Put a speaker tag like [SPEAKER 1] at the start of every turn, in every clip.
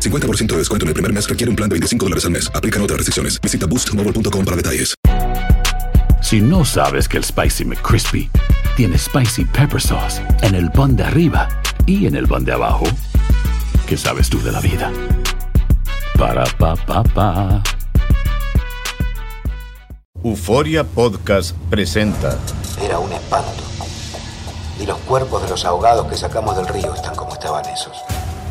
[SPEAKER 1] 50% de descuento en el primer mes requiere un plan de 25 dólares al mes. Aplican otras restricciones. Visita boostmobile.com para detalles.
[SPEAKER 2] Si no sabes que el Spicy McCrispy tiene Spicy Pepper Sauce en el pan de arriba y en el pan de abajo, ¿qué sabes tú de la vida? Para, pa, pa, pa.
[SPEAKER 3] Euforia Podcast presenta
[SPEAKER 4] Era un espanto. Y los cuerpos de los ahogados que sacamos del río están como estaban esos.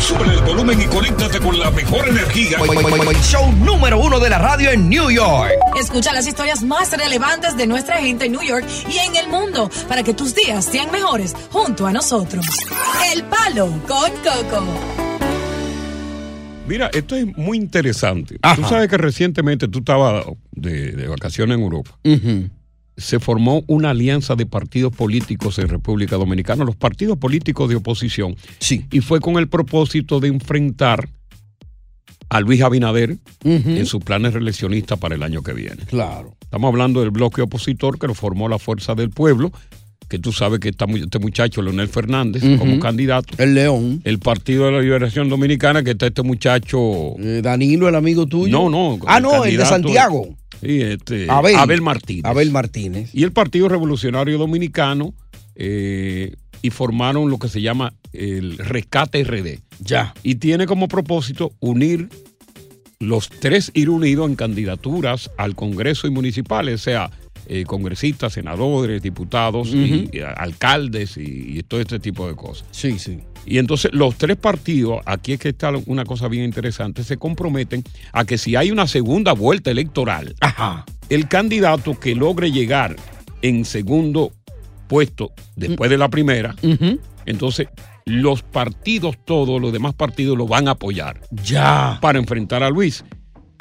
[SPEAKER 5] Sube el volumen y conéctate con la mejor energía.
[SPEAKER 6] Show número uno de la radio en New York.
[SPEAKER 7] Escucha las historias más relevantes de nuestra gente en New York y en el mundo para que tus días sean mejores junto a nosotros. El Palo con Coco.
[SPEAKER 5] Mira, esto es muy interesante. Tú sabes que recientemente tú estabas de, de vacaciones en Europa. Se formó una alianza de partidos políticos en República Dominicana, los partidos políticos de oposición,
[SPEAKER 8] Sí.
[SPEAKER 5] y fue con el propósito de enfrentar a Luis Abinader en sus planes reeleccionistas para el año que viene.
[SPEAKER 8] Claro.
[SPEAKER 5] Estamos hablando del bloque opositor que lo formó la Fuerza del Pueblo, que tú sabes que está mu- este muchacho, Leonel Fernández, como candidato.
[SPEAKER 8] El león.
[SPEAKER 5] El Partido de la Liberación Dominicana, que está este muchacho.
[SPEAKER 8] Eh, Danilo, el amigo tuyo.
[SPEAKER 5] No, no.
[SPEAKER 8] Ah, no, el de
[SPEAKER 5] candidato-
[SPEAKER 8] Santiago.
[SPEAKER 5] Sí, este,
[SPEAKER 8] Abel.
[SPEAKER 5] Abel. Martínez.
[SPEAKER 8] Abel Martínez.
[SPEAKER 5] Y el Partido Revolucionario Dominicano eh, y formaron lo que se llama el Rescate RD.
[SPEAKER 8] Ya.
[SPEAKER 5] Y tiene como propósito unir los tres, ir unidos en candidaturas al Congreso y municipales, o sea, eh, congresistas, senadores, diputados, y, eh, alcaldes y- y todo este tipo de cosas.
[SPEAKER 8] Sí, sí.
[SPEAKER 5] Y entonces los tres partidos, aquí es que está una cosa bien interesante, se comprometen a que si hay una segunda vuelta electoral,
[SPEAKER 8] Ajá.
[SPEAKER 5] el candidato que logre llegar en segundo puesto después de la primera, entonces los partidos, todos los demás partidos lo van a apoyar
[SPEAKER 8] Ya.
[SPEAKER 5] para enfrentar a Luis.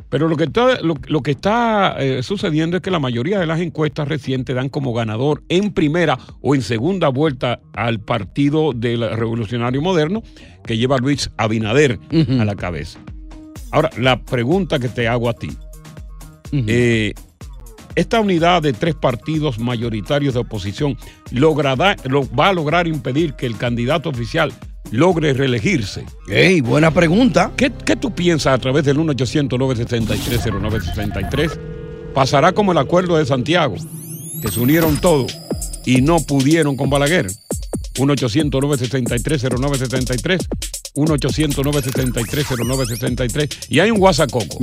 [SPEAKER 5] Pero lo que está, lo, lo que está eh, sucediendo es que la mayoría de las encuestas recientes dan como ganador en primera o en segunda vuelta al partido del revolucionario moderno que lleva a Luis Abinader a la cabeza. Ahora, la pregunta que te hago a ti. Eh, ¿Esta unidad de tres partidos mayoritarios de oposición logrará, lo- va a lograr impedir que el candidato oficial logre reelegirse?
[SPEAKER 8] Ey, buena pregunta.
[SPEAKER 5] ¿Qué, qué tú piensas a través del 1 800 963 0963 ¿Pasará como el acuerdo de Santiago, que se unieron todos y no pudieron con Balaguer? 1 800 963 0963 1 800 963 0963 Y hay un WhatsApp coco.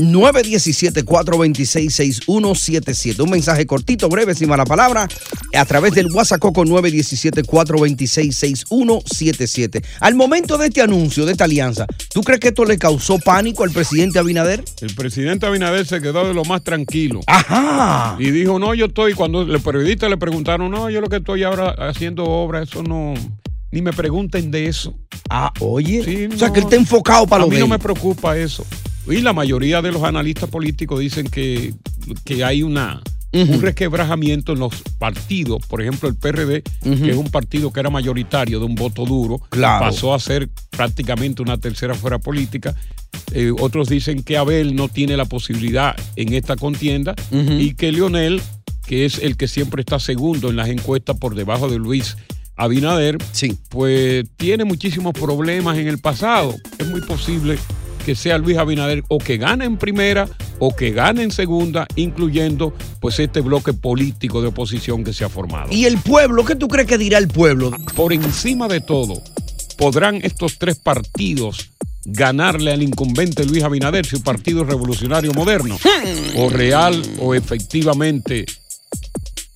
[SPEAKER 8] 917-426-6177. Un mensaje cortito, breve, sin mala palabra, a través del WhatsApp Coco 917-426-6177. Al momento de este anuncio, de esta alianza, ¿tú crees que esto le causó pánico al presidente Abinader?
[SPEAKER 5] El presidente Abinader se quedó de lo más tranquilo.
[SPEAKER 8] Ajá.
[SPEAKER 5] Y dijo, no, yo estoy, cuando los periodistas le preguntaron, no, yo lo que estoy ahora haciendo obra, eso no, ni me pregunten de eso.
[SPEAKER 8] Ah, oye.
[SPEAKER 5] Sí,
[SPEAKER 8] o sea,
[SPEAKER 5] no.
[SPEAKER 8] que él está enfocado para
[SPEAKER 5] a
[SPEAKER 8] lo
[SPEAKER 5] mí
[SPEAKER 8] de
[SPEAKER 5] no me
[SPEAKER 8] él.
[SPEAKER 5] preocupa eso. Y la mayoría de los analistas políticos dicen que, que hay una, un resquebrajamiento en los partidos. Por ejemplo, el PRD, que es un partido que era mayoritario de un voto duro,
[SPEAKER 8] Claro.
[SPEAKER 5] pasó a ser prácticamente una tercera fuera política. Eh, otros dicen que Abel no tiene la posibilidad en esta contienda y que Lionel que es el que siempre está segundo en las encuestas por debajo de Luis Abinader, pues tiene muchísimos problemas en el pasado. Es muy posible que sea Luis Abinader o que gane en primera o que gane en segunda, incluyendo pues este bloque político de oposición que se ha formado.
[SPEAKER 8] ¿Y el pueblo? ¿Qué tú crees que dirá el pueblo?
[SPEAKER 5] Por encima de todo, ¿podrán estos tres partidos ganarle al incumbente Luis Abinader su partido revolucionario moderno? ¿O real o efectivamente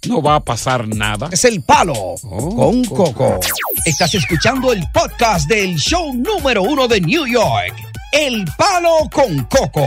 [SPEAKER 5] no va a pasar nada? Oh.
[SPEAKER 8] Es el palo con coco.
[SPEAKER 6] Estás escuchando el podcast del show número uno de New York, El Palo con Coco.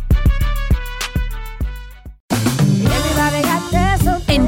[SPEAKER 9] En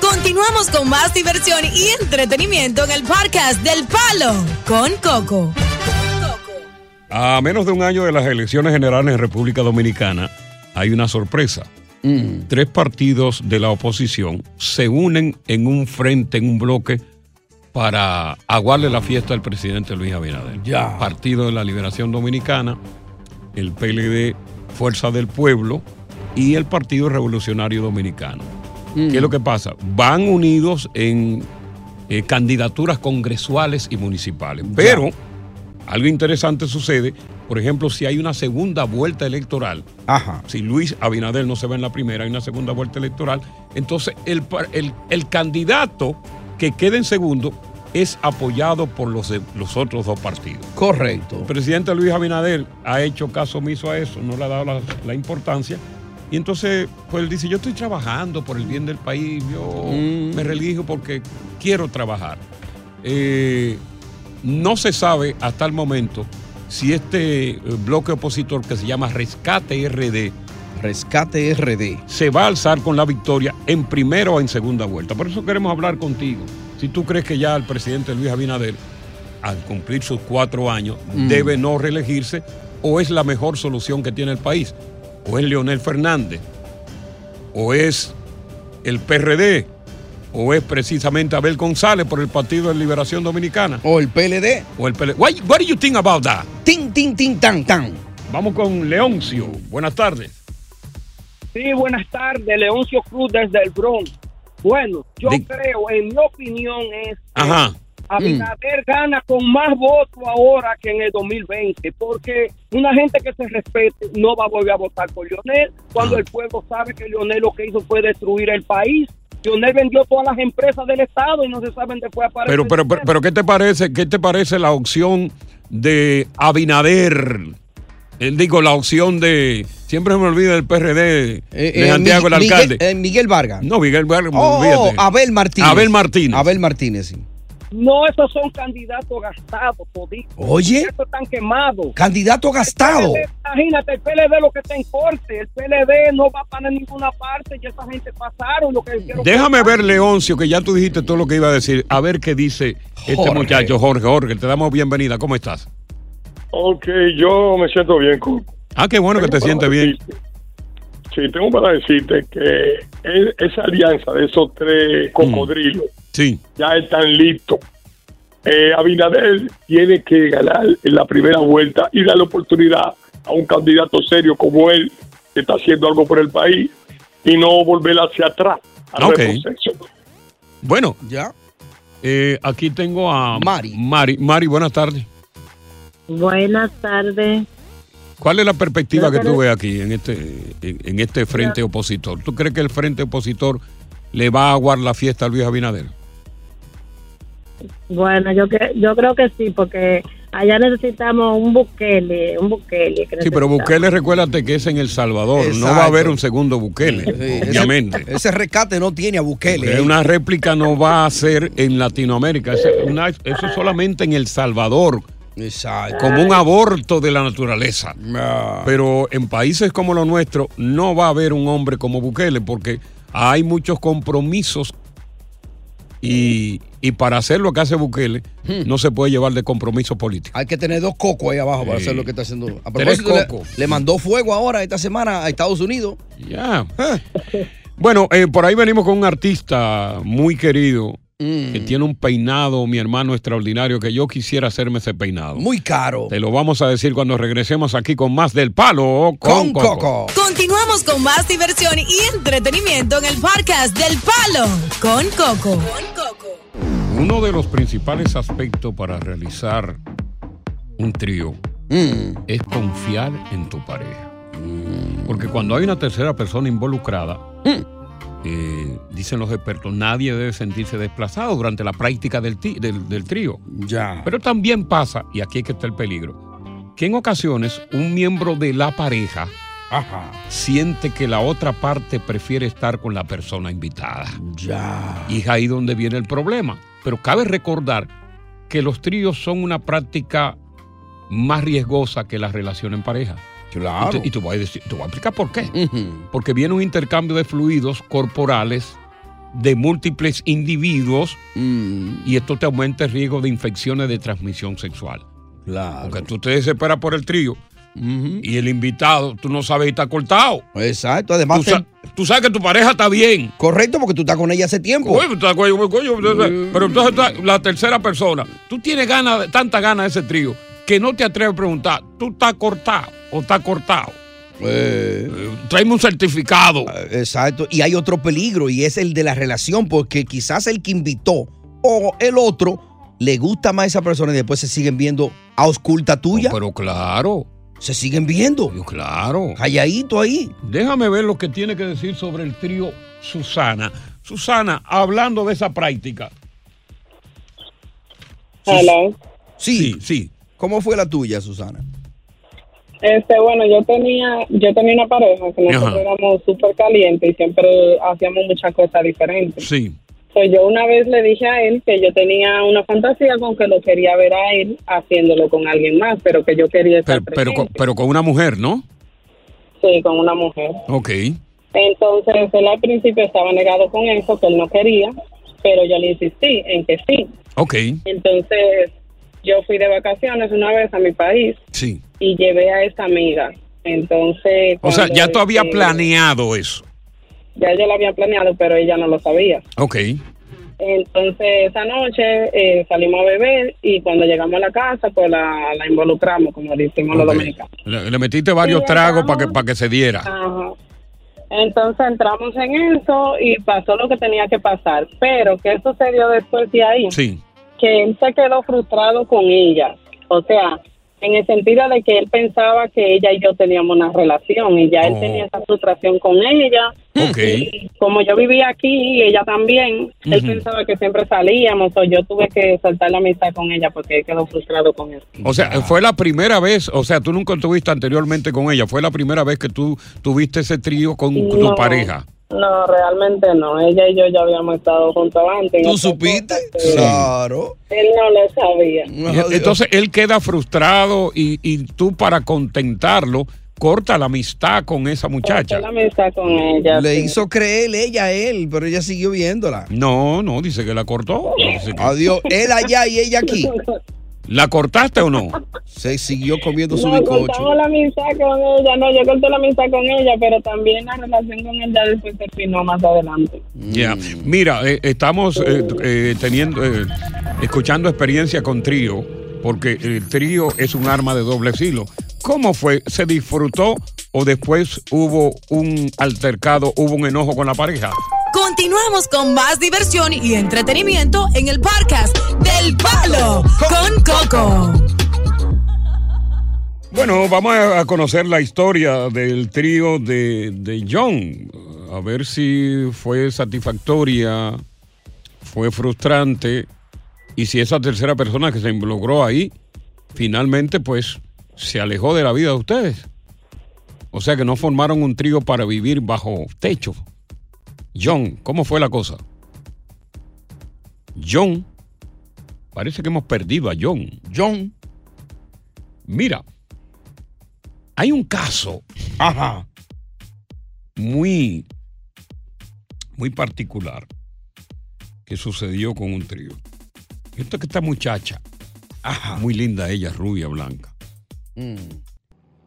[SPEAKER 7] Continuamos con más diversión y entretenimiento en el podcast del Palo con Coco.
[SPEAKER 5] A menos de un año de las elecciones generales en República Dominicana, hay una sorpresa. Tres partidos de la oposición se unen en un frente, en un bloque, para aguarle la fiesta al presidente Luis Abinader.
[SPEAKER 8] Ya.
[SPEAKER 5] Partido de la Liberación Dominicana, el PLD Fuerza del Pueblo y el Partido Revolucionario Dominicano. ¿Qué es lo que pasa? Van unidos en eh, candidaturas congresuales y municipales. Pero algo interesante sucede, por ejemplo, si hay una segunda vuelta electoral, si Luis Abinader no se va en la primera, hay una segunda vuelta electoral, entonces el, par- el- el candidato que quede en segundo es apoyado por los, de- los otros dos partidos.
[SPEAKER 8] Correcto.
[SPEAKER 5] El presidente Luis Abinader ha hecho caso omiso a eso, no le ha dado la, la importancia. Y entonces, pues él dice, yo estoy trabajando por el bien del país, yo
[SPEAKER 8] Mm.
[SPEAKER 5] me relijo porque quiero trabajar. Eh, no se sabe hasta el momento si este eh, bloque opositor que se llama Rescate RD.
[SPEAKER 8] Rescate RD.
[SPEAKER 5] Se va a alzar con la victoria en primera o en segunda vuelta. Por eso queremos hablar contigo. Si tú crees que ya el presidente Luis Abinader, al cumplir sus cuatro años,
[SPEAKER 8] Mm.
[SPEAKER 5] debe no reelegirse o es la mejor solución que tiene el país. O es Leonel Fernández. O es el PRD. O es precisamente Abel González por el Partido de Liberación Dominicana.
[SPEAKER 8] O el PLD.
[SPEAKER 5] O el PLD. Why- what do you think about that?
[SPEAKER 8] Tin, tin, tin, tan, tan.
[SPEAKER 5] Vamos con Leoncio. Eh, Buenas tardes.
[SPEAKER 10] Sí, buenas tardes, Leoncio Cruz desde el Bronx. Bueno, yo
[SPEAKER 5] Di-
[SPEAKER 10] creo, en mi opinión es,
[SPEAKER 5] Ajá.
[SPEAKER 10] Abinader gana con más votos ahora que en el 2020, porque una gente que se respete no va a volver a votar por Lionel, cuando el pueblo sabe que Lionel lo que hizo fue destruir el país. Lionel vendió todas las empresas del Estado y no se saben después aparecer.
[SPEAKER 5] Pero, pero, pero, pero ¿qué te parece? ¿Qué te parece la opción de Abinader? Eh, digo, la opción de. Siempre me olvida el PRD de
[SPEAKER 8] eh,
[SPEAKER 5] Santiago, el
[SPEAKER 8] Mi- Miguel-
[SPEAKER 5] alcalde.
[SPEAKER 8] eh, Miguel Vargas.
[SPEAKER 5] no, Miguel Vargas,
[SPEAKER 8] Oh,
[SPEAKER 5] olvídate.
[SPEAKER 8] Abel Martínez.
[SPEAKER 5] Abel Martínez.
[SPEAKER 8] Abel Martínez, sí.
[SPEAKER 10] No, esos son candidatos gastados, toditos.
[SPEAKER 8] Oye.
[SPEAKER 10] Esos están quemados.
[SPEAKER 8] Candidato gastado.
[SPEAKER 10] PLD, imagínate, el PLD lo que está en corte, el PLD no va para ninguna parte, ya esa gente pasaron lo que hicieron.
[SPEAKER 5] Déjame ver, Leoncio, que ya tú dijiste todo lo que iba a decir. A ver qué dice este
[SPEAKER 11] Jorge.
[SPEAKER 5] muchacho, Jorge. Jorge, te damos bienvenida. ¿Cómo estás?
[SPEAKER 11] Ok, yo me siento bien, Coco.
[SPEAKER 5] Ah, qué bueno que te sientes bien.
[SPEAKER 11] Sí, tengo para decirte que e- esa alianza de esos
[SPEAKER 12] Mm.
[SPEAKER 11] tres cocodrilos
[SPEAKER 5] Sí.
[SPEAKER 11] ya están listos. Eh, Abinader tiene que ganar en la primera vuelta y darle oportunidad a un candidato serio como él, que está haciendo algo por el país, y no volver hacia atrás.
[SPEAKER 8] Ah,
[SPEAKER 11] al
[SPEAKER 5] Ok.
[SPEAKER 11] retroceso.
[SPEAKER 5] Bueno, Eh,
[SPEAKER 8] ya.
[SPEAKER 5] aquí tengo a
[SPEAKER 8] Mari.
[SPEAKER 5] Mari, Mari, buenas tardes.
[SPEAKER 13] Buenas tardes.
[SPEAKER 5] ¿Cuál es la perspectiva
[SPEAKER 13] Buenas
[SPEAKER 5] que tú
[SPEAKER 13] tardes.
[SPEAKER 5] ves aquí en este, en en este frente opositor? ¿Tú crees que el frente opositor le va a aguar la fiesta a Luis Abinader?
[SPEAKER 13] Bueno, yo, cre- yo creo que sí, porque allá necesitamos un Bukele, un Bukele. que
[SPEAKER 5] Sí, pero
[SPEAKER 13] necesitamos.
[SPEAKER 5] Bukele, recuérdate que es en El Salvador. No va a
[SPEAKER 8] Exacto.
[SPEAKER 5] haber un segundo Bukele,
[SPEAKER 8] ese-
[SPEAKER 5] obviamente.
[SPEAKER 8] Ese rescate no tiene a Bukele.
[SPEAKER 5] Eh, Una réplica no va a ser en Latinoamérica. Es una- eso solamente en El Salvador.
[SPEAKER 8] Exacto.
[SPEAKER 5] Como un aborto de la naturaleza.
[SPEAKER 8] Ah.
[SPEAKER 5] Pero en países como los nuestros no va a haber un hombre como Bukele porque hay muchos compromisos y, y para hacer lo que hace Bukele no se puede llevar de compromiso político.
[SPEAKER 8] Hmm. Hay que tener dos cocos ahí abajo para
[SPEAKER 5] Sí.
[SPEAKER 8] hacer lo que está haciendo. A
[SPEAKER 5] Tres
[SPEAKER 8] propósito, le,
[SPEAKER 5] cocos.
[SPEAKER 8] le mandó fuego ahora esta semana a Estados Unidos.
[SPEAKER 5] Ya. Bueno, eh, por ahí venimos con un artista muy querido que
[SPEAKER 8] Mm.
[SPEAKER 5] tiene un peinado, mi hermano extraordinario, que yo quisiera hacerme ese peinado.
[SPEAKER 8] Muy caro.
[SPEAKER 5] Te lo vamos a decir cuando regresemos aquí con más del palo con, Coco.
[SPEAKER 7] Continuamos con más diversión y entretenimiento en el podcast del Palo con Coco.
[SPEAKER 5] Uno de los principales aspectos para realizar un trío es confiar en tu pareja. Porque cuando hay una tercera persona involucrada, eh, dicen los expertos, nadie debe sentirse desplazado durante la práctica del, ti- del- del trío.
[SPEAKER 8] Ya.
[SPEAKER 5] Pero también pasa, y aquí es que está el peligro, que en ocasiones un miembro de la pareja siente que la otra parte prefiere estar con la persona invitada.
[SPEAKER 8] Ya.
[SPEAKER 5] Y es ahí donde viene el problema. Pero cabe recordar que los tríos son una práctica más riesgosa que la relación en pareja.
[SPEAKER 8] Claro.
[SPEAKER 5] Y te, y te voy a decir, te voy a explicar por qué. Porque viene un intercambio de fluidos corporales de múltiples individuos
[SPEAKER 8] Mm.
[SPEAKER 5] y esto te aumenta el riesgo de infecciones de transmisión sexual.
[SPEAKER 8] Claro.
[SPEAKER 5] Porque tú te desesperas por el trío y el invitado, tú no sabes y está cortado.
[SPEAKER 8] Exacto. Además,
[SPEAKER 5] Tú sa- tú sabes que tu pareja está bien.
[SPEAKER 8] Correcto, porque tú estás con ella hace tiempo.
[SPEAKER 5] Oye, está- coño, coño, coño,
[SPEAKER 8] Mm.
[SPEAKER 5] pero entonces está la tercera persona. Tú tienes ganas, tanta ganas de ese trío que no te atreves a preguntar, ¿tú estás cortado o estás cortado? Eh, Tráeme un certificado.
[SPEAKER 8] Ah, Exacto. Y hay otro peligro y es el de la relación, porque quizás el que invitó o el otro le gusta más a esa persona y después se siguen viendo a osculta tuya.
[SPEAKER 5] pero claro.
[SPEAKER 8] Se siguen viendo.
[SPEAKER 5] claro.
[SPEAKER 8] Calladito ahí.
[SPEAKER 5] Déjame ver lo que tiene que decir sobre el trío Susana. Susana, hablando de esa práctica.
[SPEAKER 14] Hello.
[SPEAKER 8] Sí.
[SPEAKER 5] sí, sí.
[SPEAKER 8] ¿Cómo fue la tuya, Susana?
[SPEAKER 14] Este, bueno, yo tenía, yo tenía una pareja que nosotros
[SPEAKER 8] Ajá.
[SPEAKER 14] éramos súper calientes y siempre hacíamos muchas cosas diferentes.
[SPEAKER 5] Sí.
[SPEAKER 14] So, yo una vez le dije a él que yo tenía una fantasía con que lo quería ver a él haciéndolo con alguien más, pero que yo quería estar
[SPEAKER 5] Pero, pero, con-
[SPEAKER 14] presente,
[SPEAKER 5] pero con una mujer, ¿no?
[SPEAKER 14] sí, con una mujer.
[SPEAKER 5] Ok.
[SPEAKER 14] Entonces él al principio estaba negado con eso, que él no quería, pero yo le insistí en que sí.
[SPEAKER 5] Ok.
[SPEAKER 14] Entonces yo fui de vacaciones una vez a mi país
[SPEAKER 5] Sí.
[SPEAKER 14] y llevé a esta amiga. Entonces.
[SPEAKER 5] O sea,
[SPEAKER 14] cuando,
[SPEAKER 5] ya tú habías
[SPEAKER 14] este,
[SPEAKER 5] planeado eso.
[SPEAKER 14] Ya yo lo había planeado, pero ella no lo sabía.
[SPEAKER 5] Ok.
[SPEAKER 14] Entonces, esa noche eh, salimos a beber y cuando llegamos a la casa, pues la, la involucramos, como decimos los
[SPEAKER 5] Ok.
[SPEAKER 14] dominicanos.
[SPEAKER 5] Le, le metiste varios
[SPEAKER 14] Sí,
[SPEAKER 5] tragos
[SPEAKER 14] estamos-
[SPEAKER 5] para que, para que se diera.
[SPEAKER 14] Ajá. Entonces entramos en eso y pasó lo que tenía que pasar. Pero, ¿qué sucedió después de ahí?
[SPEAKER 5] Sí.
[SPEAKER 14] que él se quedó frustrado con ella. O sea, en el sentido de que él pensaba que ella y yo teníamos una relación y ya él tenía esa frustración con ella.
[SPEAKER 5] Oh. Ok.
[SPEAKER 14] Como yo vivía aquí y ella también, él
[SPEAKER 5] Ujú.
[SPEAKER 14] pensaba que siempre salíamos o yo tuve que soltar la amistad con ella porque él quedó frustrado con eso.
[SPEAKER 5] O sea, fue la primera vez, o sea, tú nunca estuviste anteriormente con ella, fue la primera vez que tú tuviste ese trío con tu
[SPEAKER 14] No.
[SPEAKER 5] pareja.
[SPEAKER 14] No, realmente no. Ella y yo ya habíamos estado juntos antes. ¿Tú supiste?
[SPEAKER 8] Claro.
[SPEAKER 14] Él no lo sabía.
[SPEAKER 5] Y- Entonces él queda frustrado y, y tú para contentarlo corta la amistad con esa muchacha.
[SPEAKER 14] la amistad con ella.
[SPEAKER 8] Le
[SPEAKER 14] sí.
[SPEAKER 8] hizo creer ella a él, pero ella siguió viéndola.
[SPEAKER 5] No, no, dice que la cortó. Dice que-
[SPEAKER 8] Adiós, él allá y ella aquí.
[SPEAKER 5] ¿La cortaste o no?
[SPEAKER 8] Se siguió comiendo
[SPEAKER 14] No, cortamos la amistad con ella, no, yo corté la amistad con ella, pero también la relación con él ya después terminó más adelante.
[SPEAKER 5] Ya, mira, eh, estamos eh, eh, teniendo, eh, escuchando experiencia con trío, porque el trío es un arma de doble filo. ¿Cómo fue? ¿Se disfrutó o después hubo un altercado, hubo un enojo con la pareja?
[SPEAKER 7] Continuamos con más diversión y entretenimiento en el podcast del Palo con Coco.
[SPEAKER 5] Bueno, vamos a conocer la historia del trío de, de John. A ver si fue satisfactoria, fue frustrante y si esa tercera persona que se involucró ahí finalmente pues se alejó de la vida de ustedes. O sea que no formaron un trío para vivir bajo techo. John, ¿cómo fue la cosa? John, parece que hemos perdido a John. John, mira, hay un caso Ajá. muy, muy particular que sucedió con un trío. Esto que esta muchacha, Ajá. muy linda ella, rubia, blanca,
[SPEAKER 8] Mm.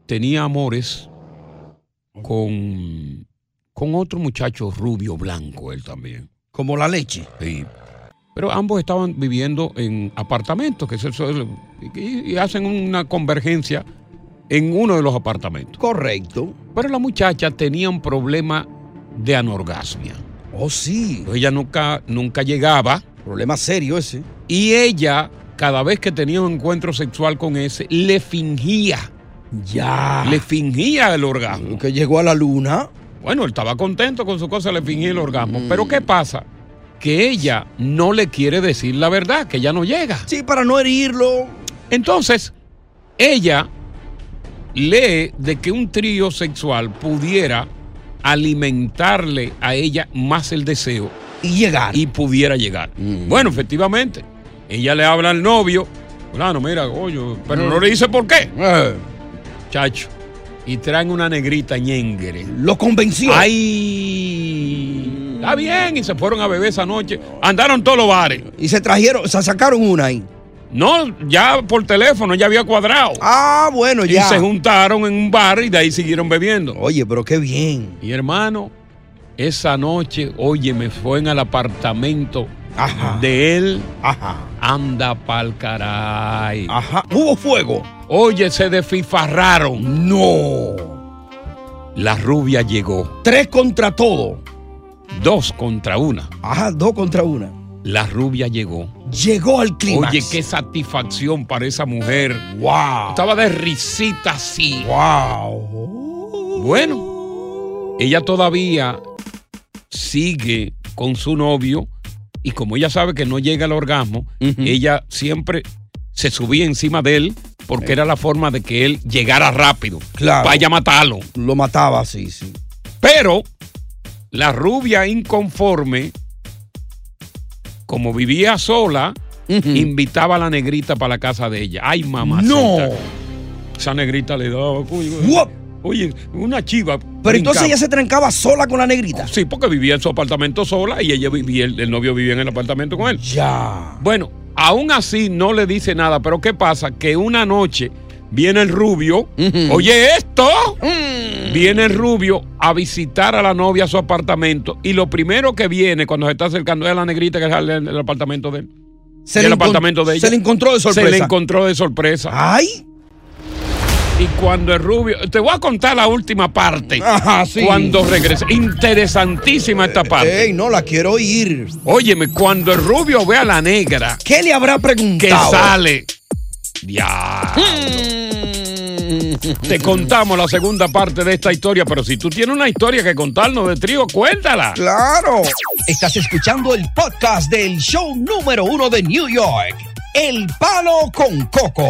[SPEAKER 5] tenía amores con, con otro muchacho rubio, blanco, él también.
[SPEAKER 8] Como la leche.
[SPEAKER 5] Sí. Pero ambos estaban viviendo en apartamentos, que es el- y, y hacen una convergencia en uno de los apartamentos.
[SPEAKER 8] Correcto.
[SPEAKER 5] Pero la muchacha tenía un problema de anorgasmia.
[SPEAKER 8] Oh, sí.
[SPEAKER 5] Ella nunca, nunca llegaba.
[SPEAKER 8] Problema serio ese.
[SPEAKER 5] Y ella, cada vez que tenía un encuentro sexual con ese, le fingía.
[SPEAKER 8] Ya.
[SPEAKER 5] Le fingía el orgasmo.
[SPEAKER 8] Que llegó a la luna. Mm.
[SPEAKER 5] Bueno, él estaba contento con su cosa, le fingía el orgasmo. Pero ¿qué pasa? Que ella no le quiere decir la verdad, que ella no llega.
[SPEAKER 8] Sí, para no herirlo.
[SPEAKER 5] Entonces, ella lee de que un trío sexual pudiera alimentarle a ella más el deseo.
[SPEAKER 8] Y llegar. Mm.
[SPEAKER 5] Y pudiera llegar. Bueno, efectivamente, ella le habla al novio. Fulano, mira, coño, pero
[SPEAKER 8] Mm.
[SPEAKER 5] no le dice por qué.
[SPEAKER 8] Eh.
[SPEAKER 5] Chacho. Y traen una negrita ñengre.
[SPEAKER 8] Lo convenció.
[SPEAKER 5] ¡Ay! Está bien, y se fueron a beber esa noche. Andaron todos los bares.
[SPEAKER 8] Y se trajeron, se sacaron una ahí.
[SPEAKER 5] No, ya por teléfono, ya había cuadrado.
[SPEAKER 8] Ah, bueno, ya.
[SPEAKER 5] Y se juntaron en un bar y de ahí siguieron bebiendo.
[SPEAKER 8] Oye, pero qué bien.
[SPEAKER 5] Y hermano, esa noche, oye, me fue en el apartamento de él. Anda pa'l caray.
[SPEAKER 8] Ajá. Hubo fuego.
[SPEAKER 5] Oye, se desfifarraron.
[SPEAKER 8] No.
[SPEAKER 5] La rubia llegó.
[SPEAKER 8] Tres contra todo.
[SPEAKER 5] Dos contra una.
[SPEAKER 8] Ajá, dos contra una.
[SPEAKER 5] La rubia llegó.
[SPEAKER 8] Llegó al clímax.
[SPEAKER 5] Oye, qué satisfacción para esa mujer.
[SPEAKER 8] Wow.
[SPEAKER 5] Estaba de risita así.
[SPEAKER 8] Wow.
[SPEAKER 5] Bueno, ella todavía sigue con su novio y como ella sabe que no llega al orgasmo, ella siempre se subía encima de él porque era la forma de que él llegara rápido.
[SPEAKER 8] Claro.
[SPEAKER 5] Vaya a matarlo.
[SPEAKER 8] Lo mataba, sí, sí.
[SPEAKER 5] Pero la rubia inconforme, como vivía sola, invitaba a la negrita para la casa de ella. Ay, mamá.
[SPEAKER 8] No.
[SPEAKER 5] Esa negrita le daba. uy, uy.
[SPEAKER 8] Guap.
[SPEAKER 5] Oye, una chiva.
[SPEAKER 8] Pero entonces ella se trancaba sola con la negrita.
[SPEAKER 5] Sí, porque vivía en su apartamento sola y ella vivía, el, el novio vivía en el apartamento con él.
[SPEAKER 8] Ya.
[SPEAKER 5] Bueno, aún así no le dice nada, pero ¿qué pasa? Que una noche viene el rubio, oye esto,
[SPEAKER 8] Mm.
[SPEAKER 5] viene el rubio a visitar a la novia a su apartamento y lo primero que viene cuando se está acercando es a la negrita que sale en el apartamento de él.
[SPEAKER 8] Se
[SPEAKER 5] del
[SPEAKER 8] le encon-
[SPEAKER 5] apartamento de ella.
[SPEAKER 8] se le encontró de sorpresa.
[SPEAKER 5] Se le encontró de sorpresa.
[SPEAKER 8] ¡Ay!
[SPEAKER 5] Y cuando el rubio. Te voy a contar la última parte.
[SPEAKER 8] Ajá, sí.
[SPEAKER 5] Cuando regrese. Interesantísima
[SPEAKER 6] Eh,
[SPEAKER 5] esta parte.
[SPEAKER 8] Ey, no la quiero oír.
[SPEAKER 5] Óyeme, cuando el rubio ve a la negra
[SPEAKER 8] ¿Qué le habrá
[SPEAKER 5] que
[SPEAKER 8] preguntado?
[SPEAKER 5] sale. Ya. Te contamos la segunda parte de esta historia, pero si tú tienes una historia que contarnos de trío, cuéntala.
[SPEAKER 8] Claro.
[SPEAKER 6] Estás escuchando el podcast del show número uno de New York, El Palo con Coco.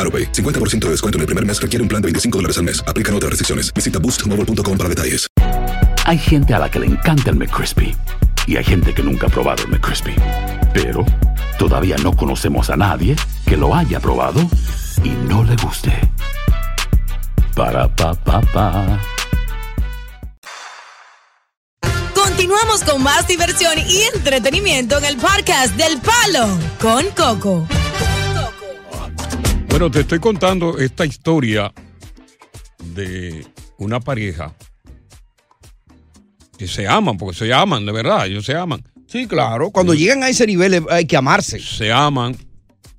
[SPEAKER 1] AroPay. 50% de descuento en el primer mes requiere un plan de 25 dólares al mes. Aplican otras restricciones. Visita boostmobile.com para detalles.
[SPEAKER 2] Hay gente a la que le encanta el McCrispy y hay gente que nunca ha probado el McCrispy. Pero todavía no conocemos a nadie que lo haya probado y no le guste. Para pa pa pa.
[SPEAKER 7] Continuamos con más diversión y entretenimiento en el podcast del Palo con Coco.
[SPEAKER 5] Bueno, te estoy contando esta historia de una pareja que se aman, porque se aman, de verdad, ellos se aman.
[SPEAKER 8] Sí, claro. Cuando llegan a ese nivel eh, hay que amarse.
[SPEAKER 5] Se aman,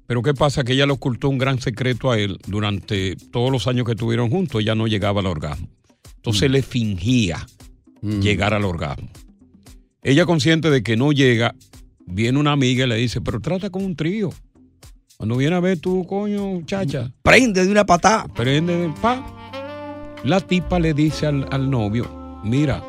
[SPEAKER 5] pero ¿qué pasa? Que ella le ocultó un gran secreto a él durante todos los años que estuvieron juntos, ella no llegaba al orgasmo.
[SPEAKER 8] Mm.
[SPEAKER 5] Entonces le fingía llegar al orgasmo. Ella consciente de que no llega, viene una amiga y le dice, pero trata con un trío. Cuando viene a ver tú, coño, muchacha.
[SPEAKER 8] Prende de una patada.
[SPEAKER 5] Prende de pa. La tipa le dice al, al novio, mira,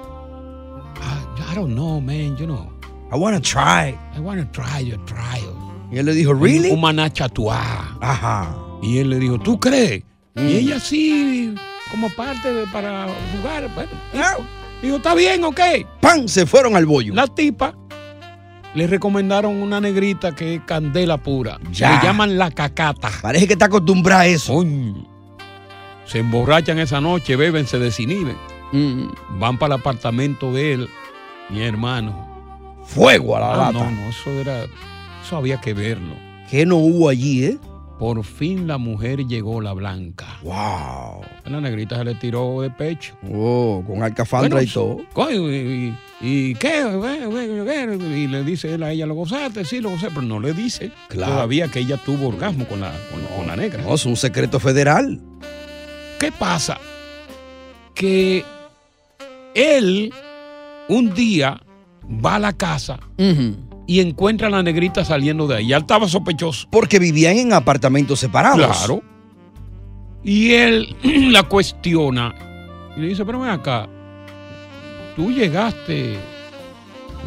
[SPEAKER 5] I, I don't know, man, you know.
[SPEAKER 8] I wanna try.
[SPEAKER 5] I wanna try your trial.
[SPEAKER 8] Y él le dijo, ¿really?
[SPEAKER 5] Un maná chatuá.
[SPEAKER 8] Ajá. Mm.
[SPEAKER 5] Y él le dijo, ¿tú crees? Y ella sí, como parte de, para jugar. Bueno, dijo- dijo, está bien, ok.
[SPEAKER 8] ¡Pam! Ah. Se fueron al bollo.
[SPEAKER 5] La tipa le recomendaron una negrita que es candela pura.
[SPEAKER 8] Ya.
[SPEAKER 5] Le llaman la cacata.
[SPEAKER 8] Parece que está acostumbrada a eso.
[SPEAKER 5] Se emborrachan esa noche, beben, se desinhiben.
[SPEAKER 8] Mm.
[SPEAKER 5] Van para el apartamento de él, mi hermano.
[SPEAKER 8] Fuego a la
[SPEAKER 5] Ah,
[SPEAKER 8] lata.
[SPEAKER 5] No, no, eso era. Eso había que verlo.
[SPEAKER 8] ¿Qué no hubo allí, eh?
[SPEAKER 5] Por fin la mujer llegó, la blanca.
[SPEAKER 8] ¡Wow!
[SPEAKER 5] La negrita se le tiró de pecho.
[SPEAKER 8] Oh, con alcafandra
[SPEAKER 5] Bueno,
[SPEAKER 8] y todo.
[SPEAKER 5] Coño, y, y- y qué, bueno, bueno, bueno, y le dice él a ella, lo gozaste, sí, lo gocé, pero no le dice
[SPEAKER 8] Claro.
[SPEAKER 5] todavía que ella tuvo orgasmo con la, con, con la negra.
[SPEAKER 8] No, es un secreto federal.
[SPEAKER 5] ¿Qué pasa? Que él un día va a la casa y encuentra a la negrita saliendo de ahí. Ya estaba sospechoso.
[SPEAKER 8] Porque vivían en apartamentos separados.
[SPEAKER 5] Claro. Y él la cuestiona y le dice, pero ven acá, tú llegaste.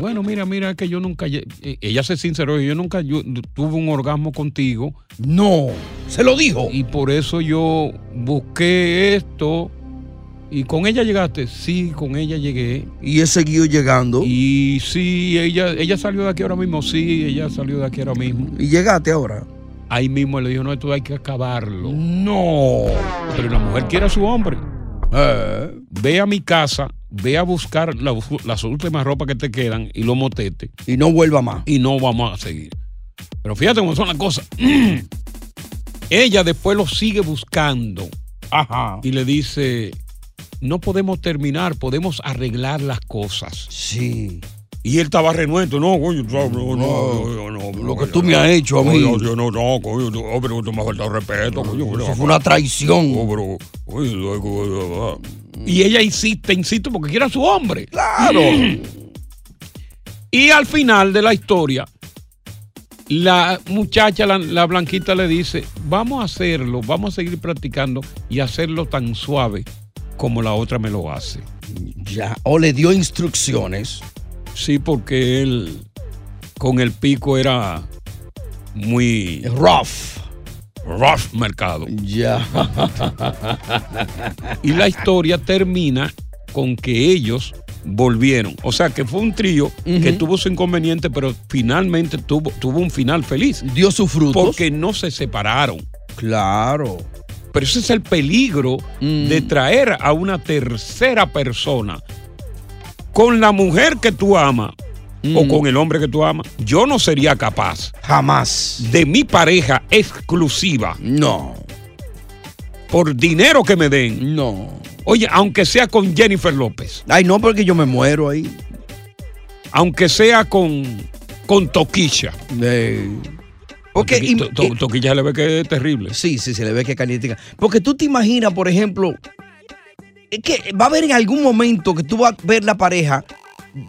[SPEAKER 5] Bueno, mira, mira, es que yo nunca... lle- eh, Ella se sinceró, yo nunca yo tuve un orgasmo contigo.
[SPEAKER 8] No, se lo dijo.
[SPEAKER 5] Y por eso yo busqué esto. ¿Y con ella llegaste? Sí, con ella llegué.
[SPEAKER 8] Y él siguió llegando.
[SPEAKER 5] Y sí, ella, ella salió de aquí ahora mismo. Sí, ella salió de aquí ahora mismo.
[SPEAKER 8] Y llegaste ahora.
[SPEAKER 5] Ahí mismo él le dijo, no, esto hay que acabarlo.
[SPEAKER 8] No. Eh.
[SPEAKER 5] Pero la mujer quiere a su hombre. Ve a mi casa, ve a buscar la- las últimas ropas que te quedan y los motetes.
[SPEAKER 8] Y no vuelva más.
[SPEAKER 5] Y no vamos a seguir. Pero fíjate cómo son las cosas. Ella después lo sigue buscando.
[SPEAKER 8] Ajá.
[SPEAKER 5] Y le dice, no podemos terminar, podemos arreglar las cosas.
[SPEAKER 8] Sí.
[SPEAKER 5] Y él estaba renuente, no, coño, tú sabes, no, no, no, no, no,
[SPEAKER 8] Lo que
[SPEAKER 5] no,
[SPEAKER 8] tú me
[SPEAKER 5] no,
[SPEAKER 8] has hecho a
[SPEAKER 5] no,
[SPEAKER 8] mí.
[SPEAKER 5] Yo, yo no, no, coño, tú, oh, pero tú me has faltado respeto, coño.
[SPEAKER 8] Eso fue una traición.
[SPEAKER 5] Oh, pero, oye, yo- yo- ah. yo- Y ella insiste, insiste, porque quiere a su hombre.
[SPEAKER 8] Claro.
[SPEAKER 5] Y al final de la historia, la muchacha, la, la blanquita, le dice: Vamos a hacerlo, vamos a seguir practicando y hacerlo tan suave como la otra me lo hace.
[SPEAKER 8] Ya. O le dio instrucciones.
[SPEAKER 5] Sí, porque él con el pico era muy.
[SPEAKER 8] Rough.
[SPEAKER 5] Rough mercado.
[SPEAKER 8] Ya.
[SPEAKER 5] Y la historia termina con que ellos volvieron. O sea, que fue un trío que tuvo su inconveniente, pero finalmente tuvo, tuvo un final feliz.
[SPEAKER 8] Dio su frutos.
[SPEAKER 5] Porque no se separaron.
[SPEAKER 8] Claro. Mm.
[SPEAKER 5] Pero ese es el peligro de traer a una tercera persona con la mujer que tú amas o
[SPEAKER 8] Mm.
[SPEAKER 5] con el hombre que tú amas. Yo no sería capaz
[SPEAKER 8] Jamás.
[SPEAKER 5] de mi pareja exclusiva.
[SPEAKER 8] No.
[SPEAKER 5] Por dinero que me den.
[SPEAKER 8] No.
[SPEAKER 5] Oye, aunque sea con Jennifer López.
[SPEAKER 8] Ay, no, porque yo me muero ahí.
[SPEAKER 5] aunque sea con, con toquilla.
[SPEAKER 8] Porque im- eh,
[SPEAKER 5] Toquilla se le ve que es terrible.
[SPEAKER 8] Sí, sí, se le ve que es caliente. Porque tú te imaginas, por ejemplo, es que va a haber en algún momento que tú vas a ver la pareja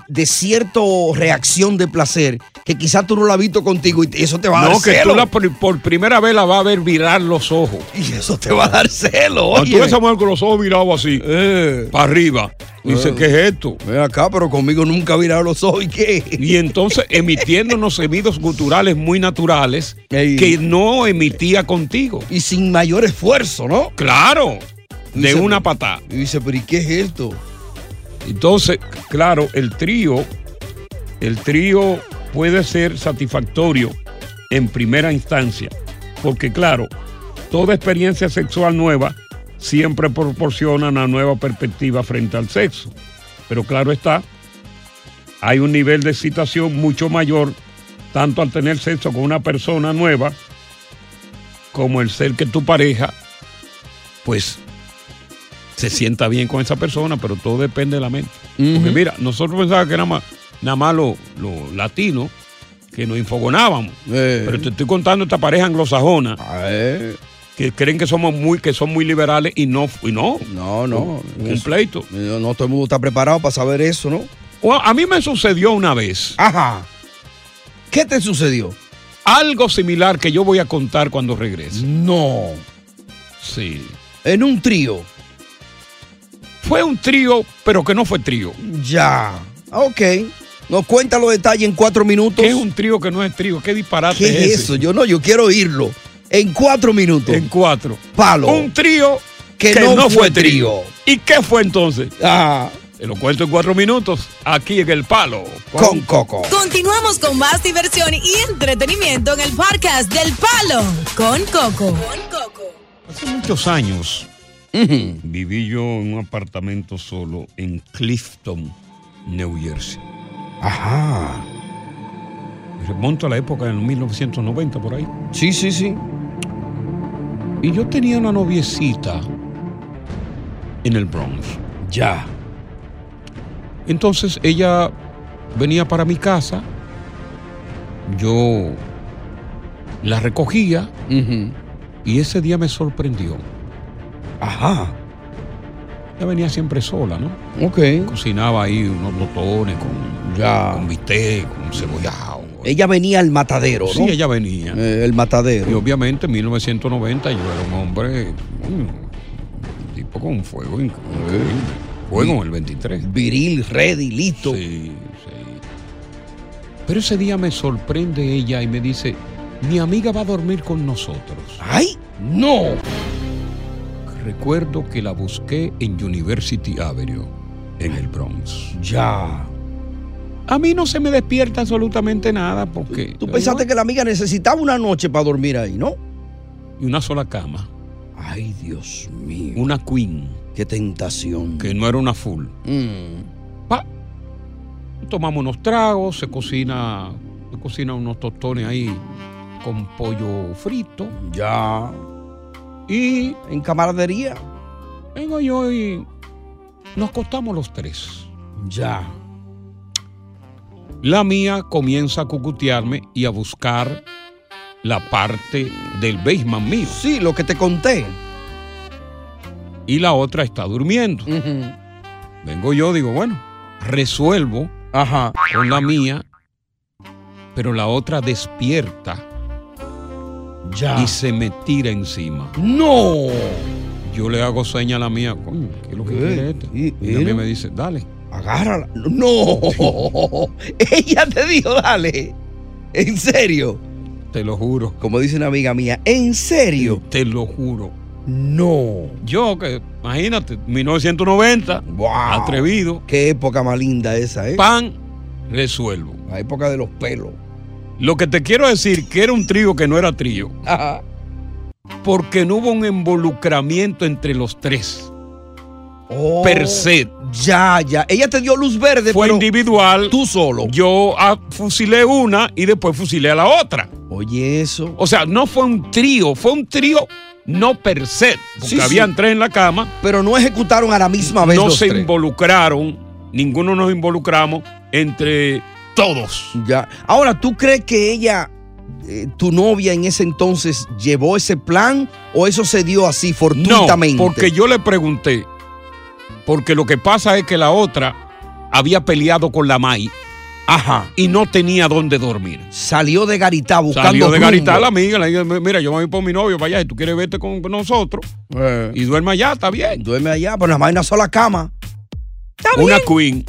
[SPEAKER 8] de cierta reacción de placer que quizás tú no la has visto contigo y te- eso te va a
[SPEAKER 5] No,
[SPEAKER 8] dar
[SPEAKER 5] que
[SPEAKER 8] celo.
[SPEAKER 5] tú la pri- por primera vez la vas a ver virar los ojos.
[SPEAKER 8] Y eso te va a dar celo,
[SPEAKER 5] Cuando tú
[SPEAKER 8] óyeme.
[SPEAKER 5] ves a esa mujer con los ojos virados así, para arriba, dice,
[SPEAKER 8] Eh.
[SPEAKER 5] ¿qué es esto?
[SPEAKER 8] Ven acá, pero conmigo nunca viraron los ojos, ¿y qué?
[SPEAKER 5] Y entonces emitiendo unos sonidos culturales muy naturales que no emitía contigo.
[SPEAKER 8] Y sin mayor esfuerzo, ¿no?
[SPEAKER 5] Claro,
[SPEAKER 8] Y
[SPEAKER 5] de
[SPEAKER 8] se-
[SPEAKER 5] una patada.
[SPEAKER 8] Y dice, pero ¿y qué es esto?
[SPEAKER 5] Entonces, claro, el trío, el trío puede ser satisfactorio en primera instancia, porque claro, toda experiencia sexual nueva siempre proporciona una nueva perspectiva frente al sexo. Pero claro está, hay un nivel de excitación mucho mayor, tanto al tener sexo con una persona nueva, como el ser que tu pareja, pues se sienta bien con esa persona, pero todo depende de la mente. Porque mira, nosotros pensábamos que era más, nada más los los latinos que nos infogonábamos.
[SPEAKER 8] Eh.
[SPEAKER 5] Pero te estoy contando esta pareja anglosajona que creen que somos muy, que son muy liberales y no, y no.
[SPEAKER 8] No, no.
[SPEAKER 5] Un pleito.
[SPEAKER 8] No, no todo el mundo está preparado para saber eso, ¿no?
[SPEAKER 5] Bueno, a mí me sucedió una vez.
[SPEAKER 8] Ajá. ¿Qué te sucedió?
[SPEAKER 5] Algo similar que yo voy a contar cuando regrese.
[SPEAKER 8] No.
[SPEAKER 5] Sí.
[SPEAKER 8] En un trío.
[SPEAKER 5] Fue un trío, pero que no fue trío.
[SPEAKER 8] Ya. Ah, Ok. Nos cuenta los detalles en cuatro minutos.
[SPEAKER 5] ¿Qué es un trío que no es trío? ¿Qué disparate
[SPEAKER 8] ¿Qué es
[SPEAKER 5] ese?
[SPEAKER 8] eso? Yo no, yo quiero oírlo. En cuatro minutos. En
[SPEAKER 5] cuatro.
[SPEAKER 8] Palo.
[SPEAKER 5] Un trío
[SPEAKER 8] que, no, fue trío.
[SPEAKER 5] ¿Y qué fue entonces?
[SPEAKER 8] Ah.
[SPEAKER 5] Te lo cuento en cuatro minutos, aquí en El Palo.
[SPEAKER 8] Con, Coco.
[SPEAKER 7] Continuamos con más diversión y entretenimiento en el podcast del Palo con Coco.
[SPEAKER 5] Hace muchos años viví yo en un apartamento solo en Clifton, New Jersey.
[SPEAKER 8] Ajá.
[SPEAKER 5] Remonto a la época del 1990, por ahí.
[SPEAKER 8] Sí, sí, sí.
[SPEAKER 5] Y yo tenía una noviecita en el Bronx.
[SPEAKER 8] Ya.
[SPEAKER 5] Entonces ella venía para mi casa, yo la recogía y ese día me sorprendió.
[SPEAKER 8] Ajá.
[SPEAKER 5] Ella venía siempre sola, ¿no?
[SPEAKER 8] Ok.
[SPEAKER 5] Cocinaba ahí unos botones con,
[SPEAKER 8] Ya.
[SPEAKER 5] con bistec, con cebollado.
[SPEAKER 8] Ella venía al matadero, ¿no?
[SPEAKER 5] Sí, ella venía.
[SPEAKER 8] Eh, el matadero.
[SPEAKER 5] Y obviamente en 1990 yo era un hombre, mm, tipo con fuego inc- increíble. Fuego en el 23.
[SPEAKER 8] Viril, ready, listo.
[SPEAKER 5] Sí, sí. Pero ese día me sorprende ella y me dice, mi amiga va a dormir con nosotros.
[SPEAKER 8] ¡Ay! ¡No!
[SPEAKER 5] Recuerdo que la busqué en University Avenue, en el Bronx.
[SPEAKER 8] Ya.
[SPEAKER 5] A mí no se me despierta absolutamente nada porque...
[SPEAKER 8] Tú pensaste que la amiga necesitaba una noche para dormir ahí, ¿no?
[SPEAKER 5] Y una sola cama.
[SPEAKER 8] Ay, Dios mío.
[SPEAKER 5] Una queen.
[SPEAKER 8] Qué tentación. Mm.
[SPEAKER 5] Que no era una full. Pa- Tomamos unos tragos, se cocina, se cocina unos tostones ahí con pollo frito.
[SPEAKER 8] Ya.
[SPEAKER 5] Y
[SPEAKER 8] en camaradería.
[SPEAKER 5] Vengo yo y nos costamos los tres.
[SPEAKER 8] Ya.
[SPEAKER 5] La mía comienza a cucutearme y a buscar la parte del basement mío.
[SPEAKER 8] Sí, lo que te conté.
[SPEAKER 5] Y la otra está durmiendo. Vengo yo, digo, bueno, resuelvo con la mía, pero la otra despierta
[SPEAKER 8] Ya.
[SPEAKER 5] y se me tira encima.
[SPEAKER 8] ¡No!
[SPEAKER 5] Yo le hago seña a la mía, coño, ¿qué es lo que
[SPEAKER 8] Eh,
[SPEAKER 5] quiere esta?
[SPEAKER 8] y-
[SPEAKER 5] Y la
[SPEAKER 8] mira.
[SPEAKER 5] mía me dice, dale.
[SPEAKER 8] Agárrala. ¡No! Ella te dijo, dale. ¿En serio?
[SPEAKER 5] Te lo juro.
[SPEAKER 8] Como dice una amiga mía, ¿en serio?
[SPEAKER 5] Te lo juro.
[SPEAKER 8] No.
[SPEAKER 5] Yo, que imagínate, 1990, atrevido,
[SPEAKER 8] Qué época más linda esa, ¿eh?
[SPEAKER 5] pan, resuelvo.
[SPEAKER 8] La época de los pelos.
[SPEAKER 5] Lo que te quiero decir que era un trío que no era trío,
[SPEAKER 8] Ajá.
[SPEAKER 5] porque no hubo un involucramiento entre los tres.
[SPEAKER 8] Oh,
[SPEAKER 5] Per se.
[SPEAKER 8] Ya, ya. Ella te dio luz verde,
[SPEAKER 5] Fue
[SPEAKER 8] pero
[SPEAKER 5] individual.
[SPEAKER 8] tú solo.
[SPEAKER 5] Yo ah, fusilé una y después fusilé a la otra.
[SPEAKER 8] Oye, eso.
[SPEAKER 5] O sea, no fue un trío, fue un trío no per se, porque
[SPEAKER 8] Sí, sí.
[SPEAKER 5] habían tres en la cama.
[SPEAKER 8] Pero no ejecutaron a la misma vez
[SPEAKER 5] no
[SPEAKER 8] los
[SPEAKER 5] se
[SPEAKER 8] tres.
[SPEAKER 5] involucraron, ninguno nos involucramos entre todos.
[SPEAKER 8] Ya. Ahora, ¿tú crees que ella eh, tu novia en ese entonces llevó ese plan o eso se dio así fortuitamente?
[SPEAKER 5] No, porque yo le pregunté, porque lo que pasa es que la otra había peleado con la May. Ajá. Y no tenía dónde dormir.
[SPEAKER 8] Salió de Garitá buscando
[SPEAKER 5] Salió de
[SPEAKER 8] rumbo.
[SPEAKER 5] Garitá la amiga, le dije, mira, yo me voy por mi novio, vaya, si tú quieres verte con nosotros y duerme allá, está bien.
[SPEAKER 8] Eh. Duerme allá, pero nada más hay una sola cama.
[SPEAKER 5] Una queen.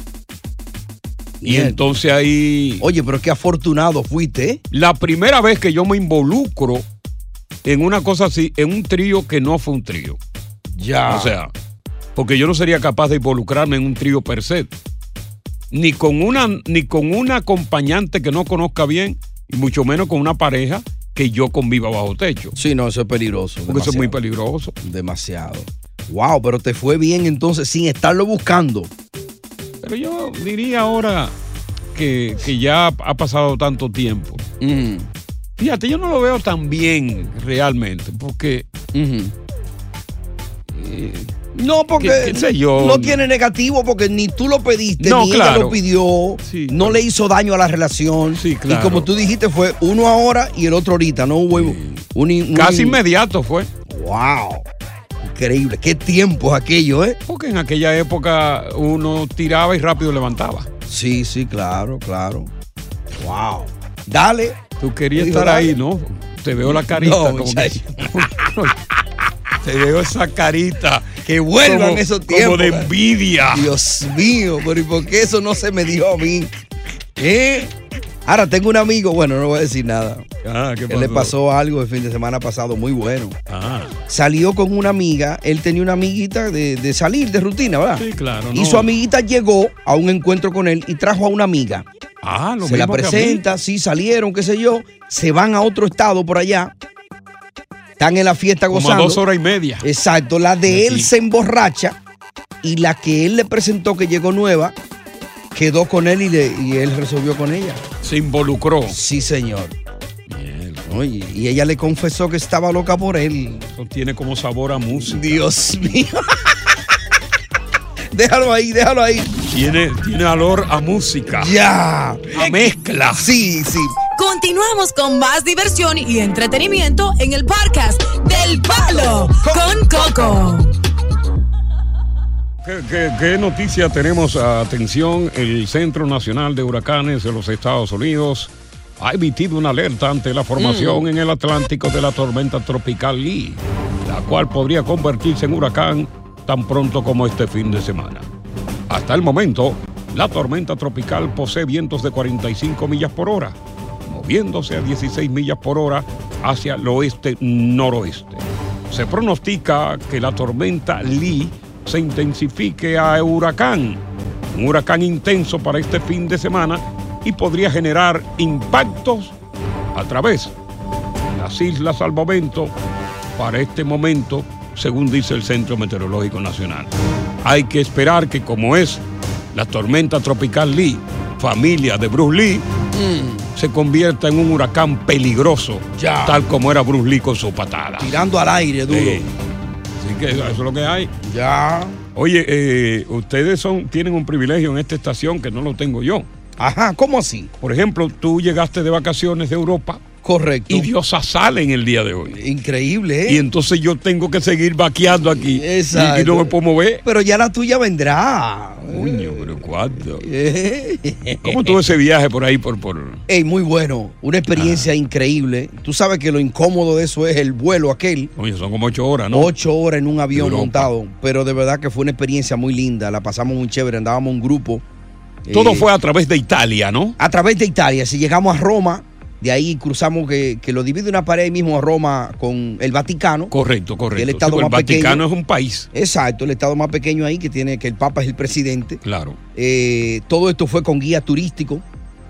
[SPEAKER 5] Y entonces ahí...
[SPEAKER 8] Oye, pero qué afortunado fuiste. ¿eh?
[SPEAKER 5] La primera vez que yo me involucro en una cosa así, en un trío que no fue un trío.
[SPEAKER 8] Ya.
[SPEAKER 5] O sea, porque yo no sería capaz de involucrarme en un trío per se. Ni con una, ni con una acompañante que no conozca bien, y mucho menos con una pareja que yo conviva bajo techo.
[SPEAKER 8] Sí, no, eso es peligroso.
[SPEAKER 5] Porque eso es muy peligroso.
[SPEAKER 8] Demasiado. Wow, pero te fue bien entonces sin estarlo buscando.
[SPEAKER 5] Pero yo diría ahora que, que ya ha pasado tanto tiempo.
[SPEAKER 8] Mm.
[SPEAKER 5] Fíjate, yo no lo veo tan bien realmente, porque. eh,
[SPEAKER 8] No, porque
[SPEAKER 5] ¿Qué- qué sé yo?
[SPEAKER 8] no tiene negativo porque ni tú lo pediste,
[SPEAKER 5] No,
[SPEAKER 8] ni ella
[SPEAKER 5] claro.
[SPEAKER 8] lo pidió, no le hizo daño a la relación.
[SPEAKER 5] claro.
[SPEAKER 8] Y como tú dijiste, fue uno ahora y el otro ahorita, no hubo un, un-
[SPEAKER 5] Casi inmediato fue.
[SPEAKER 8] ¡Wow! Increíble, qué tiempos aquello, ¿eh?
[SPEAKER 5] Porque en aquella época uno tiraba y rápido levantaba.
[SPEAKER 8] Sí, sí, claro, claro. ¡Wow! Dale.
[SPEAKER 5] Tú querías
[SPEAKER 8] Dijo,
[SPEAKER 5] estar
[SPEAKER 8] dale.
[SPEAKER 5] ahí, ¿no? Te veo la carita.
[SPEAKER 8] No,
[SPEAKER 5] como
[SPEAKER 8] muchacho.
[SPEAKER 5] que- Te veo esa carita.
[SPEAKER 8] Que vuelvan
[SPEAKER 5] Como-
[SPEAKER 8] esos
[SPEAKER 5] como
[SPEAKER 8] tiempos.
[SPEAKER 5] de envidia.
[SPEAKER 8] Dios mío, pero ¿y por qué eso no se me dio a mí? ¿Eh? Ahora tengo un amigo, bueno, no voy a decir nada.
[SPEAKER 5] Ah, ¿qué
[SPEAKER 8] Él le pasó algo el fin de semana pasado muy bueno.
[SPEAKER 5] Ah.
[SPEAKER 8] Salió con una amiga, él tenía una amiguita de, de salir, de rutina, ¿verdad?
[SPEAKER 5] Sí, claro.
[SPEAKER 8] Y
[SPEAKER 5] no.
[SPEAKER 8] su amiguita llegó a un encuentro con él y trajo a una amiga.
[SPEAKER 5] Ah, lo
[SPEAKER 8] se la
[SPEAKER 5] mismo que a mí.
[SPEAKER 8] presenta, sí, salieron, qué sé yo, se van a otro estado por allá. Están en la fiesta
[SPEAKER 5] Como a
[SPEAKER 8] gozando.
[SPEAKER 5] dos horas y media.
[SPEAKER 8] Exacto, la de él se emborracha y la que él le presentó que llegó nueva quedó con él y, le- y él resolvió con ella.
[SPEAKER 5] Se involucró.
[SPEAKER 8] Sí, señor. Oye, y ella le confesó que estaba loca por él.
[SPEAKER 5] Eso tiene como sabor a música.
[SPEAKER 8] Dios mío. déjalo ahí, déjalo ahí.
[SPEAKER 5] Tiene, tiene olor a música.
[SPEAKER 8] Ya.
[SPEAKER 5] A mezcla.
[SPEAKER 8] Sí, sí.
[SPEAKER 7] Continuamos con más diversión y entretenimiento en el podcast del Palo con Coco.
[SPEAKER 5] ¿Qué, qué, qué noticia tenemos? Atención, el Centro Nacional de Huracanes de los Estados Unidos ha emitido una alerta ante la formación en el Atlántico de la tormenta tropical Lee, la cual podría convertirse en huracán tan pronto como este fin de semana. Hasta el momento, la tormenta tropical posee vientos de 45 millas por hora, moviéndose a 16 millas por hora hacia el oeste-noroeste. Se pronostica que la tormenta Lee se intensifique a huracán, un huracán intenso para este fin de semana y podría generar impactos a través de las islas al momento, para este momento, según dice el Centro Meteorológico Nacional. Hay que esperar que como es la tormenta tropical Lee, familia de Bruce Lee, se convierta en un huracán peligroso,
[SPEAKER 8] Mm. Ya.
[SPEAKER 5] tal como era Bruce Lee con su patada.
[SPEAKER 8] Tirando al aire duro.
[SPEAKER 5] Sí. Así que eso es lo que hay.
[SPEAKER 8] Ya.
[SPEAKER 5] Oye, eh, ustedes son, tienen un privilegio en esta estación que no lo tengo yo.
[SPEAKER 8] Ajá, ¿cómo así?
[SPEAKER 5] Por ejemplo, tú llegaste de vacaciones de Europa.
[SPEAKER 8] Correcto.
[SPEAKER 5] Y Diosa sale en el día de hoy.
[SPEAKER 8] Increíble, ¿eh?
[SPEAKER 5] Y entonces yo tengo que seguir vaqueando aquí.
[SPEAKER 8] Exacto.
[SPEAKER 5] Y, y no me puedo mover.
[SPEAKER 8] Pero ya la tuya vendrá.
[SPEAKER 5] Coño, pero ¿cuándo? ¿Cómo tuvo ese viaje por ahí? Por, por...
[SPEAKER 8] Ey, muy bueno. Una experiencia increíble. Tú sabes que lo incómodo de eso es el vuelo aquel.
[SPEAKER 5] Oye, son como ocho horas, ¿no?
[SPEAKER 8] Ocho horas en un avión
[SPEAKER 5] Europa.
[SPEAKER 8] montado. Pero de verdad que fue una experiencia muy linda. La pasamos muy chévere. Andábamos un grupo.
[SPEAKER 5] Todo
[SPEAKER 8] Eh,
[SPEAKER 5] fue a través de Italia, ¿no?
[SPEAKER 8] a través de Italia. Si llegamos a Roma, de ahí cruzamos que, que lo divide una pared ahí mismo a Roma con el Vaticano.
[SPEAKER 5] Correcto, correcto.
[SPEAKER 8] El
[SPEAKER 5] Sí,
[SPEAKER 8] estado
[SPEAKER 5] pues el
[SPEAKER 8] más pequeño.
[SPEAKER 5] Vaticano es un país.
[SPEAKER 8] Exacto, el estado más pequeño ahí que tiene que el Papa es el presidente.
[SPEAKER 5] Claro.
[SPEAKER 8] Eh, todo esto fue con guía turístico.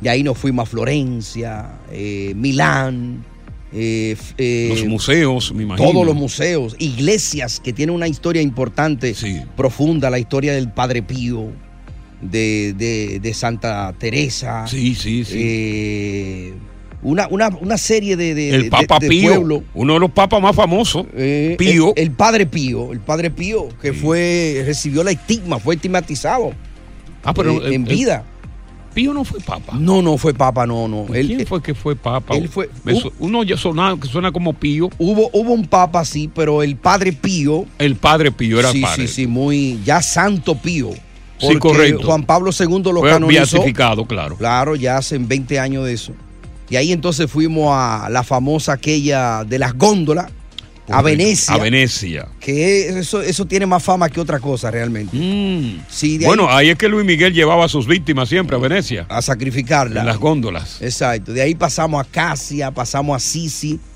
[SPEAKER 8] De ahí nos fuimos a Florencia, eh, Milán, eh, f- eh,
[SPEAKER 5] Los museos, me imagino.
[SPEAKER 8] todos los museos, iglesias que tienen una historia importante, profunda, la historia del Padre Pío, de, de- de Santa Teresa.
[SPEAKER 5] Sí, sí, sí.
[SPEAKER 8] eh, una, una- una serie de, de- de-
[SPEAKER 5] el Papa
[SPEAKER 8] de
[SPEAKER 5] Pío,
[SPEAKER 8] pueblo. Eh,
[SPEAKER 5] uno de los papas más famosos, Pío.
[SPEAKER 8] El, el padre Pío, el padre Pío, que fue, recibió la estigma, fue estigmatizado.
[SPEAKER 5] Ah, pero,
[SPEAKER 8] eh, en
[SPEAKER 5] eh,
[SPEAKER 8] vida.
[SPEAKER 5] Pío no fue papa.
[SPEAKER 8] No, no fue papa, no, no. eh,
[SPEAKER 5] Él, ¿Quién fue que fue papa?
[SPEAKER 8] Él fue-
[SPEAKER 5] Me su- uno ya sonaba, que suena como Pío.
[SPEAKER 8] Hubo, hubo un papa, sí, pero el padre Pío.
[SPEAKER 5] El padre Pío era
[SPEAKER 8] sí,
[SPEAKER 5] padre.
[SPEAKER 8] Sí, sí, muy. Ya santo Pío.
[SPEAKER 5] Sí,
[SPEAKER 8] Porque
[SPEAKER 5] correcto.
[SPEAKER 8] Juan Pablo II lo
[SPEAKER 5] Fue
[SPEAKER 8] canonizó.
[SPEAKER 5] beatificado, claro.
[SPEAKER 8] Claro, ya hace 20 años de eso. Y ahí entonces fuimos a la famosa aquella de las góndolas, a Venecia.
[SPEAKER 5] A Venecia.
[SPEAKER 8] Que eso, eso tiene más fama que otra cosa realmente. Sí, de
[SPEAKER 5] Mm.
[SPEAKER 8] ahí-
[SPEAKER 5] Bueno, ahí es que Luis Miguel llevaba a sus víctimas siempre a Venecia.
[SPEAKER 8] A sacrificarla.
[SPEAKER 5] En las góndolas.
[SPEAKER 8] Exacto. De ahí pasamos a Casia, pasamos a Sisi,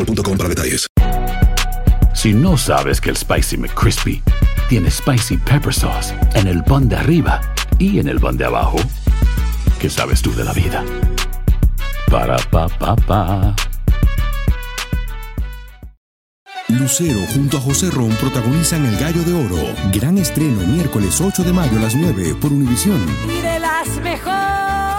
[SPEAKER 1] para detalles.
[SPEAKER 2] Si no sabes que el Spicy McCrispy tiene spicy pepper sauce en el pan de arriba y en el pan de abajo, ¿qué sabes tú de la vida? Para pa pa pa.
[SPEAKER 15] Lucero junto a José Ron protagonizan El Gallo de Oro. Gran estreno miércoles 8 de mayo a las 9 por Univisión.
[SPEAKER 16] y de las mejores.